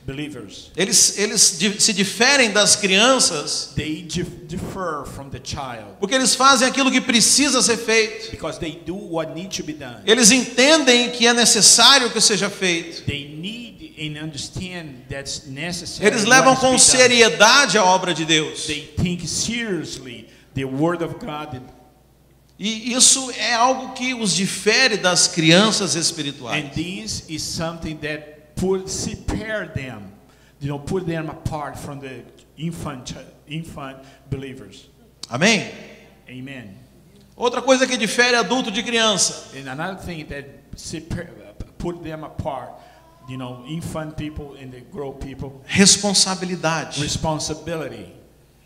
Speaker 2: believers,
Speaker 1: eles, eles di- se diferem das crianças
Speaker 2: they dif- differ from the child
Speaker 1: porque eles fazem aquilo que precisa ser feito.
Speaker 2: because they do what needs to be done.
Speaker 1: Eles entendem que é necessário que seja feito.
Speaker 2: They need and understand that's necessary.
Speaker 1: Eles
Speaker 2: what
Speaker 1: levam
Speaker 2: is to be
Speaker 1: com
Speaker 2: done.
Speaker 1: seriedade a obra de Deus.
Speaker 2: They think seriously the word of God
Speaker 1: E isso é algo que os difere das crianças espirituais.
Speaker 2: And this is something that put prepare them, you know, put them apart from the infant chi- infant believers.
Speaker 1: Amém?
Speaker 2: Amen.
Speaker 1: Outra coisa que difere adulto de criança,
Speaker 2: And another thing that separ- put them apart, you know, infant people and the grown people,
Speaker 1: responsabilidade.
Speaker 2: responsibility.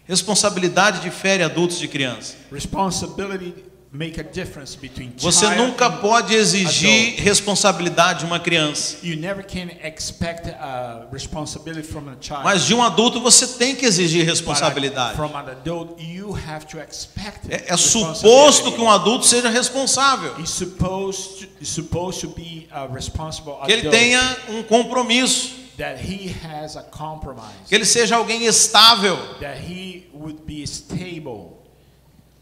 Speaker 1: Responsabilidade difere adultos de criança.
Speaker 2: Responsibility make a difference between
Speaker 1: Você
Speaker 2: child
Speaker 1: nunca
Speaker 2: and
Speaker 1: pode exigir
Speaker 2: adult.
Speaker 1: responsabilidade de uma criança,
Speaker 2: You never can expect a responsibility from a child.
Speaker 1: mas de um adulto você tem que exigir
Speaker 2: But
Speaker 1: responsabilidade.
Speaker 2: From an adult, you have to expect
Speaker 1: É, é suposto que um adulto seja responsável,
Speaker 2: He's supposed to, is supposed to be a responsible
Speaker 1: que ele
Speaker 2: adult,
Speaker 1: tenha um compromisso,
Speaker 2: that he has a compromise,
Speaker 1: que ele seja alguém estável.
Speaker 2: that he would be stable.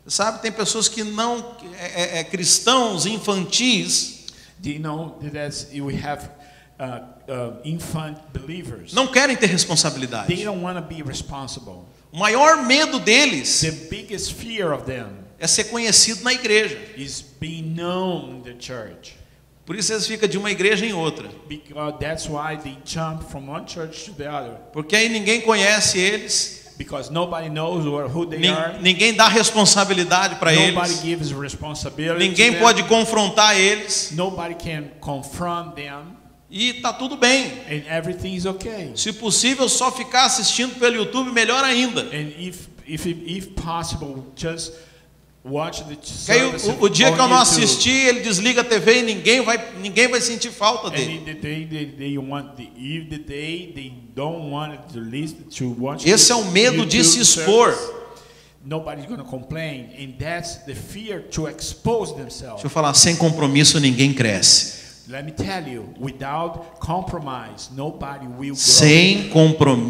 Speaker 1: Sabe, tem pessoas que não é, é- é cristãos infantis
Speaker 2: Do you know that we have uh, uh, infant believers?
Speaker 1: não querem ter
Speaker 2: They
Speaker 1: responsabilidade.
Speaker 2: don't want to be responsible.
Speaker 1: O maior medo deles
Speaker 2: The biggest fear of them
Speaker 1: é ser conhecido na igreja.
Speaker 2: is being known in the church.
Speaker 1: Por isso eles ficam de uma igreja em outra,
Speaker 2: Because that's why they jump from one church to the other.
Speaker 1: porque aí ninguém conhece eles,
Speaker 2: Because nobody knows who who they
Speaker 1: nin-
Speaker 2: are.
Speaker 1: ninguém dá responsabilidade para
Speaker 2: Nobody
Speaker 1: eles,
Speaker 2: gives responsibility. to
Speaker 1: ninguém
Speaker 2: them.
Speaker 1: pode confrontar eles
Speaker 2: Nobody can confront them,
Speaker 1: e tá tudo bem.
Speaker 2: and everything is okay.
Speaker 1: Se possível, só ficar assistindo pelo YouTube, melhor ainda.
Speaker 2: And if if if possible, just watch the
Speaker 1: Que aí
Speaker 2: service
Speaker 1: o, o dia
Speaker 2: on
Speaker 1: que eu não
Speaker 2: YouTube.
Speaker 1: assistir, ele desliga a TV e ninguém vai, ninguém vai sentir falta
Speaker 2: And
Speaker 1: dele.
Speaker 2: if the day they, they want the if the day they don't want to listen to watch.
Speaker 1: Esse é o
Speaker 2: the
Speaker 1: medo de se
Speaker 2: YouTube
Speaker 1: expor.
Speaker 2: service, Nobody's going to complain, and that's the fear to expose themselves.
Speaker 1: Deixa eu falar, sem compromisso ninguém cresce.
Speaker 2: Let me tell you, without compromise, nobody will grow.
Speaker 1: Sem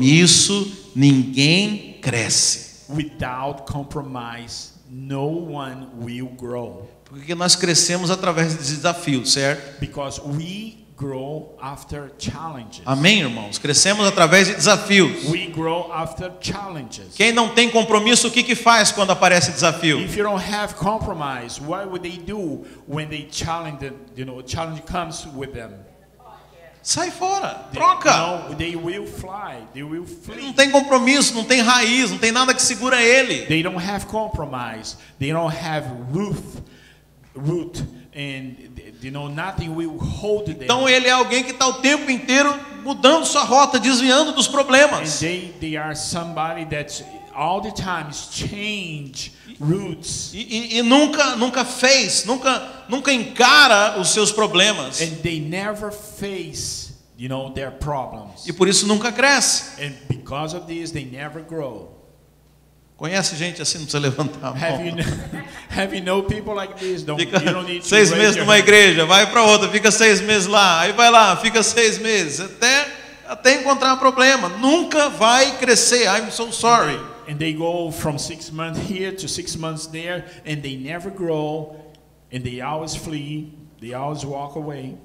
Speaker 1: compromisso ninguém cresce.
Speaker 2: Without compromise, no one will grow
Speaker 1: Porque nós crescemos através de desafios, certo?
Speaker 2: because we grow after challenges.
Speaker 1: Amém, irmãos? Crescemos através de desafios.
Speaker 2: We grow after challenges.
Speaker 1: Quem não tem compromisso, o que, que faz quando aparece desafio?
Speaker 2: If you don't have compromise, what would they do when they challenge? Them, you know, challenge comes with them.
Speaker 1: Sai fora,
Speaker 2: They,
Speaker 1: troca.
Speaker 2: No, they will fly. They will
Speaker 1: Ele não
Speaker 2: flee.
Speaker 1: tem compromisso, não tem raiz, não tem nada que segura ele.
Speaker 2: They don't have compromise. They don't have root, root, and you know nothing will hold them.
Speaker 1: Então ele é alguém que está o tempo inteiro mudando sua rota, desviando dos
Speaker 2: And
Speaker 1: problemas.
Speaker 2: they, they are somebody that all the times change roots
Speaker 1: E, e- e nunca, nunca fez, nunca, nunca encara os seus problemas.
Speaker 2: and they never face, you know, their problems.
Speaker 1: E por isso nunca cresce.
Speaker 2: And because of this, they never grow.
Speaker 1: Conhece gente assim, não precisa levantar a
Speaker 2: Have you
Speaker 1: mão.
Speaker 2: kn- [LAUGHS] have you know people like this? Don't
Speaker 1: Fica
Speaker 2: you don't need to
Speaker 1: seis
Speaker 2: raise
Speaker 1: meses
Speaker 2: your
Speaker 1: numa
Speaker 2: hand.
Speaker 1: igreja, vai para outra, fica seis meses lá, aí vai lá, fica seis meses, até, até encontrar um problema. Nunca vai crescer. I'm so sorry.
Speaker 2: And they go from six months here to six months there, and they never grow, and they always flee. They always walk away.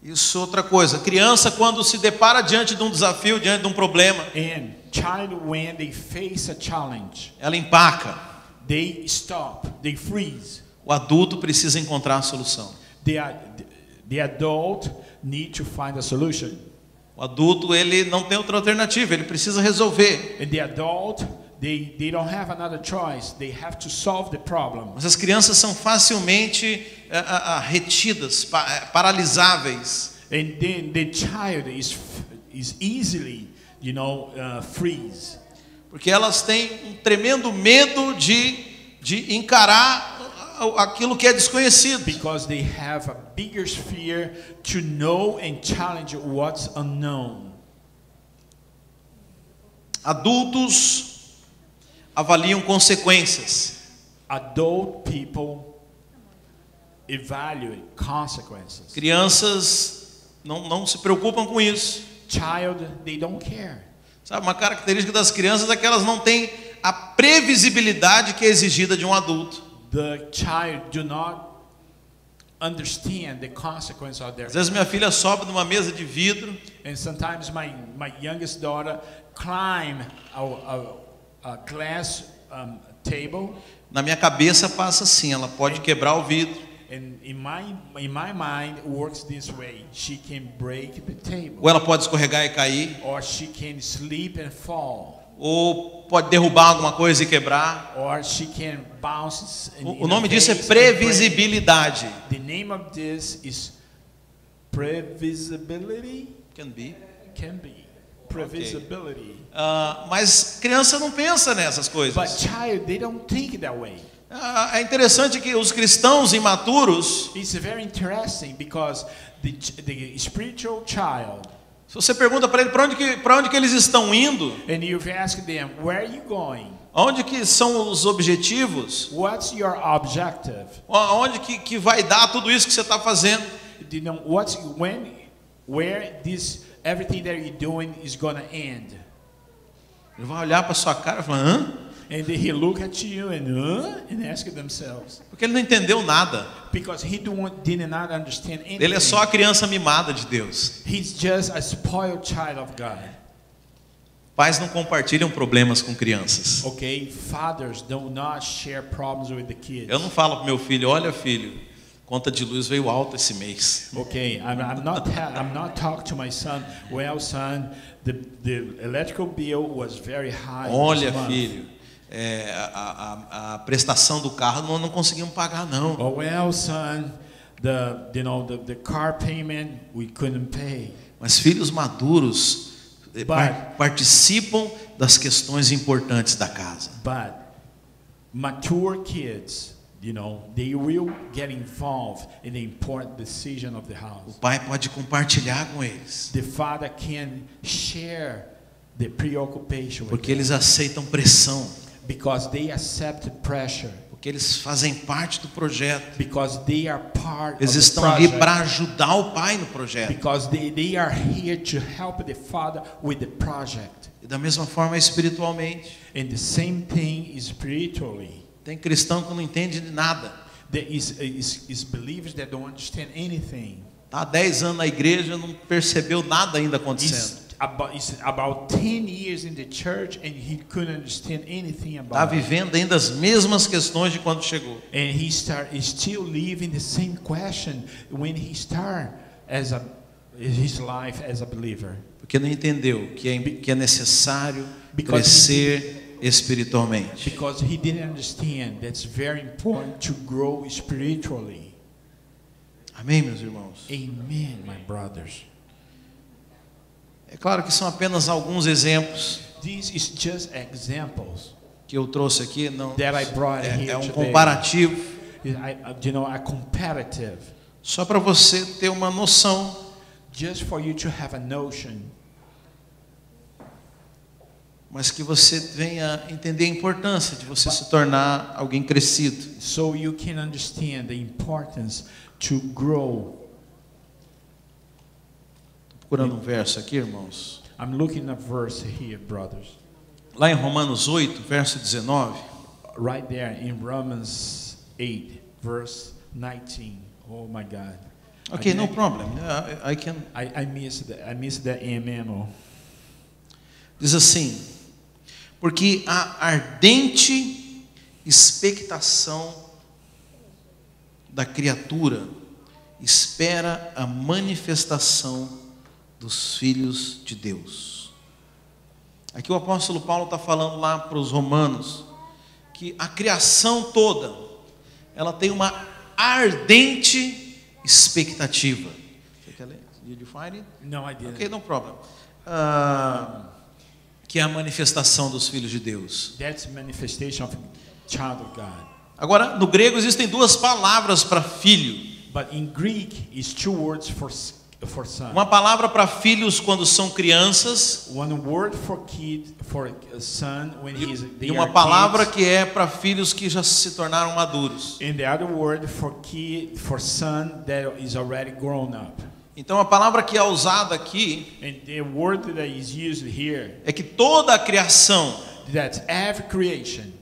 Speaker 1: Isso é outra coisa. Criança, quando se depara diante de um desafio, diante de um problema,
Speaker 2: And child, when they face a challenge,
Speaker 1: ela empaca.
Speaker 2: they stop, they freeze.
Speaker 1: O adulto precisa encontrar a solução.
Speaker 2: The, ad- the adult need to find a solution.
Speaker 1: O adulto ele não tem outra alternativa, ele precisa resolver.
Speaker 2: And the adult, they, they don't have another choice. They have to solve the problem.
Speaker 1: Mas as crianças são facilmente ah, ah, ah, retidas, pa- eh, paralisáveis.
Speaker 2: And then the child is, f- is easily, you know, uh, freeze.
Speaker 1: Porque elas têm um tremendo medo de, de encarar a- a- aquilo que é desconhecido.
Speaker 2: Because they have a bigger sphere to know and challenge what's unknown.
Speaker 1: Adultos avaliam consequências.
Speaker 2: Adult people evaluate consequences.
Speaker 1: Crianças não, não se preocupam com isso.
Speaker 2: Child, they don't care.
Speaker 1: Sabe, uma característica das crianças é que elas não têm a previsibilidade que é exigida de um adulto.
Speaker 2: The child do not understand the consequence of their
Speaker 1: Às vezes minha filha sobe numa mesa de vidro
Speaker 2: And sometimes my, my youngest daughter climb a, a, a glass um, table,
Speaker 1: Na minha cabeça passa assim, ela pode quebrar o vidro.
Speaker 2: and in my, in my mind works this way: she can break the table,
Speaker 1: Ou ela pode escorregar e cair,
Speaker 2: or she can slip and fall,
Speaker 1: ou pode derrubar alguma coisa e quebrar.
Speaker 2: or she can bounce. in- in
Speaker 1: O, o
Speaker 2: a
Speaker 1: nome disso é
Speaker 2: vase and break.
Speaker 1: previsibilidade.
Speaker 2: The name of this is previsibility.
Speaker 1: Can be.
Speaker 2: Can be previsibility,
Speaker 1: Ah, mas criança não pensa nessas
Speaker 2: but
Speaker 1: coisas.
Speaker 2: child they don't think that way.
Speaker 1: Ah, é interessante que os cristãos imaturos,
Speaker 2: It's very interesting because the, ch- the spiritual child,
Speaker 1: se você pergunta para ele para onde, que, pra onde que eles estão indo,
Speaker 2: and you've asked them, where are you going?
Speaker 1: onde que são os objetivos,
Speaker 2: What's your objective?
Speaker 1: onde que, que vai dar tudo isso que você está fazendo,
Speaker 2: You know, what's, when, where this, everything that you're doing is going to end.
Speaker 1: ele vai olhar para sua cara e falar, hã?
Speaker 2: And then he look at you and, uh, and ask themselves
Speaker 1: Porque ele não entendeu nada.
Speaker 2: because he don't, did not understand anything.
Speaker 1: Ele é só a criança mimada de Deus.
Speaker 2: He's just a spoiled child of God.
Speaker 1: Pais não compartilham problemas com crianças.
Speaker 2: Okay, fathers do not share problems with the kids.
Speaker 1: Eu não falo pro meu filho, olha filho, conta de luz veio alta esse mês.
Speaker 2: Okay, I'm, I'm not ta- I'm not talking to my son. Well, son, the, the electrical bill was very high. this
Speaker 1: Olha
Speaker 2: month."
Speaker 1: filho, é, a, a- a prestação do carro nós não conseguimos pagar não.
Speaker 2: Oh well, son, the you know the, the car payment we couldn't pay.
Speaker 1: Mas filhos maduros eh, par-
Speaker 2: Pai.
Speaker 1: participam das questões importantes da casa.
Speaker 2: But mature kids, you know, they will get involved in the important decision of the
Speaker 1: O
Speaker 2: house.
Speaker 1: pai pode compartilhar com eles,
Speaker 2: The father can share the preoccupation with
Speaker 1: porque eles aceitam pressão,
Speaker 2: them because they accept pressure.
Speaker 1: porque eles fazem parte do projeto.
Speaker 2: Because they are part
Speaker 1: Eles
Speaker 2: of the
Speaker 1: estão ali
Speaker 2: project.
Speaker 1: para ajudar o pai no projeto.
Speaker 2: because they, they are here to help the father with the project
Speaker 1: E da mesma forma espiritualmente.
Speaker 2: and the same thing is spiritually
Speaker 1: Tem cristão que não entende de nada.
Speaker 2: there is, is, is believers that don't understand anything
Speaker 1: Está Tá há 10 anos na igreja, não percebeu nada ainda acontecendo.
Speaker 2: it's about, it's about 10 years in the church and he couldn't understand anything
Speaker 1: Está
Speaker 2: about it
Speaker 1: Tá vivendo ainda as mesmas questões de quando chegou.
Speaker 2: and he start is still living the same question when he start as a his life as a believer
Speaker 1: Porque não entendeu que é, que é necessário
Speaker 2: Because-
Speaker 1: crescer espiritualmente.
Speaker 2: because he didn't understand that's very important to grow spiritually
Speaker 1: Amém, meus irmãos?
Speaker 2: amen my brothers
Speaker 1: É claro que são apenas alguns exemplos
Speaker 2: This is just examplos.
Speaker 1: que eu trouxe aqui. Não,
Speaker 2: That I brought
Speaker 1: é,
Speaker 2: here
Speaker 1: é um
Speaker 2: today.
Speaker 1: comparativo.
Speaker 2: I, I- you know, a comparative,
Speaker 1: Só para você ter uma noção.
Speaker 2: just for you to have a notion,
Speaker 1: Mas que você venha entender a importância de você se tornar alguém crescido.
Speaker 2: so you can understand the importance to grow.
Speaker 1: procurando um verso aqui, irmãos.
Speaker 2: I'm looking at verse here, brothers.
Speaker 1: Lá em Romanos 8, verso 19,
Speaker 2: Right there in Romans 8, verse 19. Oh my God.
Speaker 1: Ok,
Speaker 2: I,
Speaker 1: no
Speaker 2: mi-
Speaker 1: problem. I, I can.
Speaker 2: I, I missed the, I missed the MMO.
Speaker 1: Diz assim: porque a ardente expectação da criatura espera a manifestação dos filhos de Deus. Aqui o apóstolo Paulo está falando lá para os romanos que a criação toda ela tem uma ardente expectativa. Você quer ler? Did you find it?
Speaker 2: No, I didn't.
Speaker 1: É. Ok, no problem. Ah, que é a manifestação dos filhos de Deus.
Speaker 2: That's manifestation of child of God.
Speaker 1: Agora, no grego existem duas palavras para filho.
Speaker 2: But in Greek is two words for s- for son.
Speaker 1: Uma palavra para filhos quando são crianças
Speaker 2: One word for kid for a son when he is
Speaker 1: e
Speaker 2: they
Speaker 1: uma
Speaker 2: are
Speaker 1: palavra
Speaker 2: kids,
Speaker 1: que é para filhos que já se tornaram maduros.
Speaker 2: and the other word for kid for son that is already grown up.
Speaker 1: Então a palavra que é usada aqui
Speaker 2: And the word that is used here
Speaker 1: é que toda a criação
Speaker 2: that every creation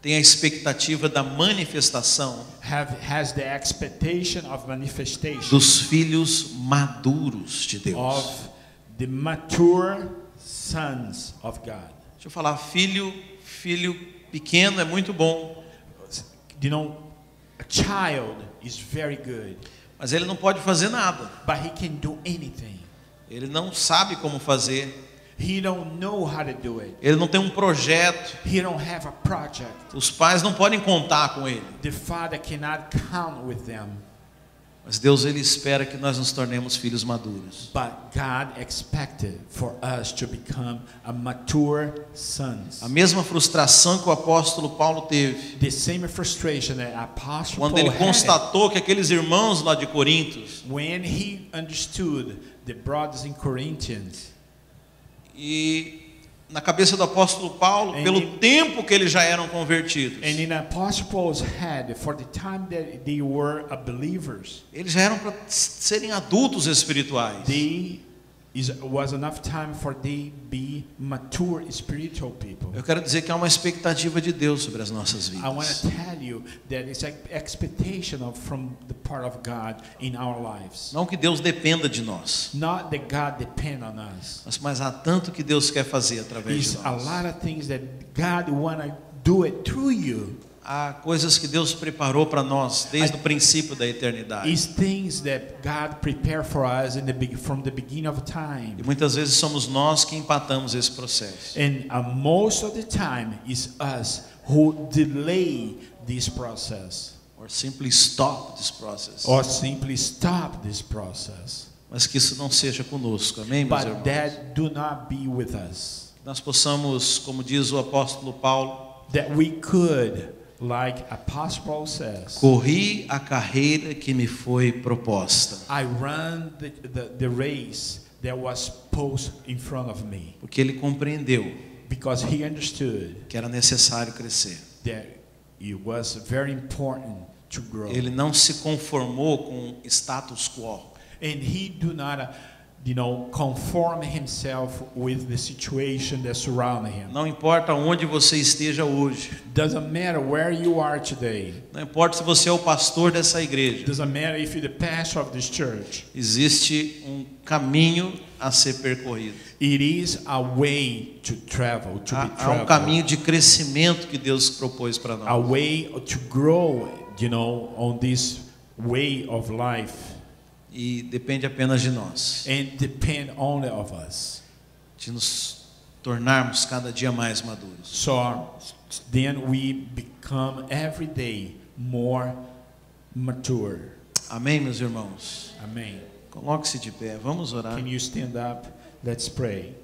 Speaker 1: tem a expectativa da manifestação
Speaker 2: have has the expectation of manifestation
Speaker 1: dos filhos maduros de Deus.
Speaker 2: of the mature sons of God.
Speaker 1: Deixa eu falar, filho, filho pequeno é muito bom,
Speaker 2: You know, a child is very good,
Speaker 1: mas ele não pode fazer nada.
Speaker 2: but he can do anything.
Speaker 1: Ele não sabe como fazer,
Speaker 2: He don't know how to do it.
Speaker 1: ele não tem um projeto,
Speaker 2: He don't have a project.
Speaker 1: os pais não podem contar com ele.
Speaker 2: The father cannot count with them,
Speaker 1: Mas Deus ele espera que nós nos tornemos filhos maduros.
Speaker 2: but God expected for us to become a mature sons.
Speaker 1: A mesma frustração que o apóstolo Paulo teve
Speaker 2: The same frustration that Apostle
Speaker 1: quando
Speaker 2: Paul
Speaker 1: ele
Speaker 2: had
Speaker 1: constatou que aqueles irmãos lá de Corintos
Speaker 2: when he understood the brothers in Corinthians,
Speaker 1: e na cabeça do apóstolo Paulo,
Speaker 2: Em-
Speaker 1: pelo tempo que eles já eram convertidos,
Speaker 2: and in Apostle Paul's head, for the time that they were a believers,
Speaker 1: eles já eram para serem adultos espirituais.
Speaker 2: they is, was enough time for they be mature spiritual people.
Speaker 1: Eu quero dizer que há uma expectativa de Deus sobre as nossas
Speaker 2: I want
Speaker 1: vidas.
Speaker 2: to tell you that it's an expectation of from the part of God in our lives.
Speaker 1: Não que Deus dependa de nós,
Speaker 2: Not that God depend on us.
Speaker 1: mas, mas há tanto que Deus quer fazer através
Speaker 2: It's
Speaker 1: de
Speaker 2: a
Speaker 1: nós.
Speaker 2: lot of things that God want to do it through you.
Speaker 1: Há coisas que Deus preparou para nós desde o princípio da eternidade.
Speaker 2: It's things that God prepared for us in the be- from the beginning of
Speaker 1: E
Speaker 2: time.
Speaker 1: muitas vezes somos nós que empatamos esse processo.
Speaker 2: And uh, most of the time, it's us who delay this process
Speaker 1: Or simply stop this process.
Speaker 2: or simply stop this process.
Speaker 1: Mas que isso não seja conosco, amém, meus
Speaker 2: But
Speaker 1: irmãos?
Speaker 2: that do not be with us.
Speaker 1: Nós possamos, como diz o apóstolo Paulo,
Speaker 2: that we could, like Apostle Paul says,
Speaker 1: corri a carreira que me foi proposta,
Speaker 2: I run the, the, the race that was posed in front of me
Speaker 1: porque ele compreendeu
Speaker 2: because he understood
Speaker 1: que era necessário crescer.
Speaker 2: that it was very important to grow.
Speaker 1: Ele não se conformou com status quo.
Speaker 2: And he do not, uh, you know, conform himself with the situation that surrounded him.
Speaker 1: Não importa onde você esteja hoje,
Speaker 2: Doesn't matter where you are today.
Speaker 1: não importa se você é o pastor dessa igreja,
Speaker 2: Doesn't matter if you're the pastor of this church.
Speaker 1: existe um caminho a ser percorrido.
Speaker 2: It is a way to travel, to be
Speaker 1: Há, há um
Speaker 2: traveled.
Speaker 1: caminho de crescimento que Deus propôs para
Speaker 2: a
Speaker 1: nós.
Speaker 2: way to grow, you know, on this way of life
Speaker 1: E depende apenas de nós,
Speaker 2: and depend only of us.
Speaker 1: de nos tornarmos cada dia mais maduros.
Speaker 2: So then we become every day more mature.
Speaker 1: Amém, meus irmãos?
Speaker 2: Amen.
Speaker 1: Coloque-se de pé, vamos orar.
Speaker 2: Can you stand up? Let's pray.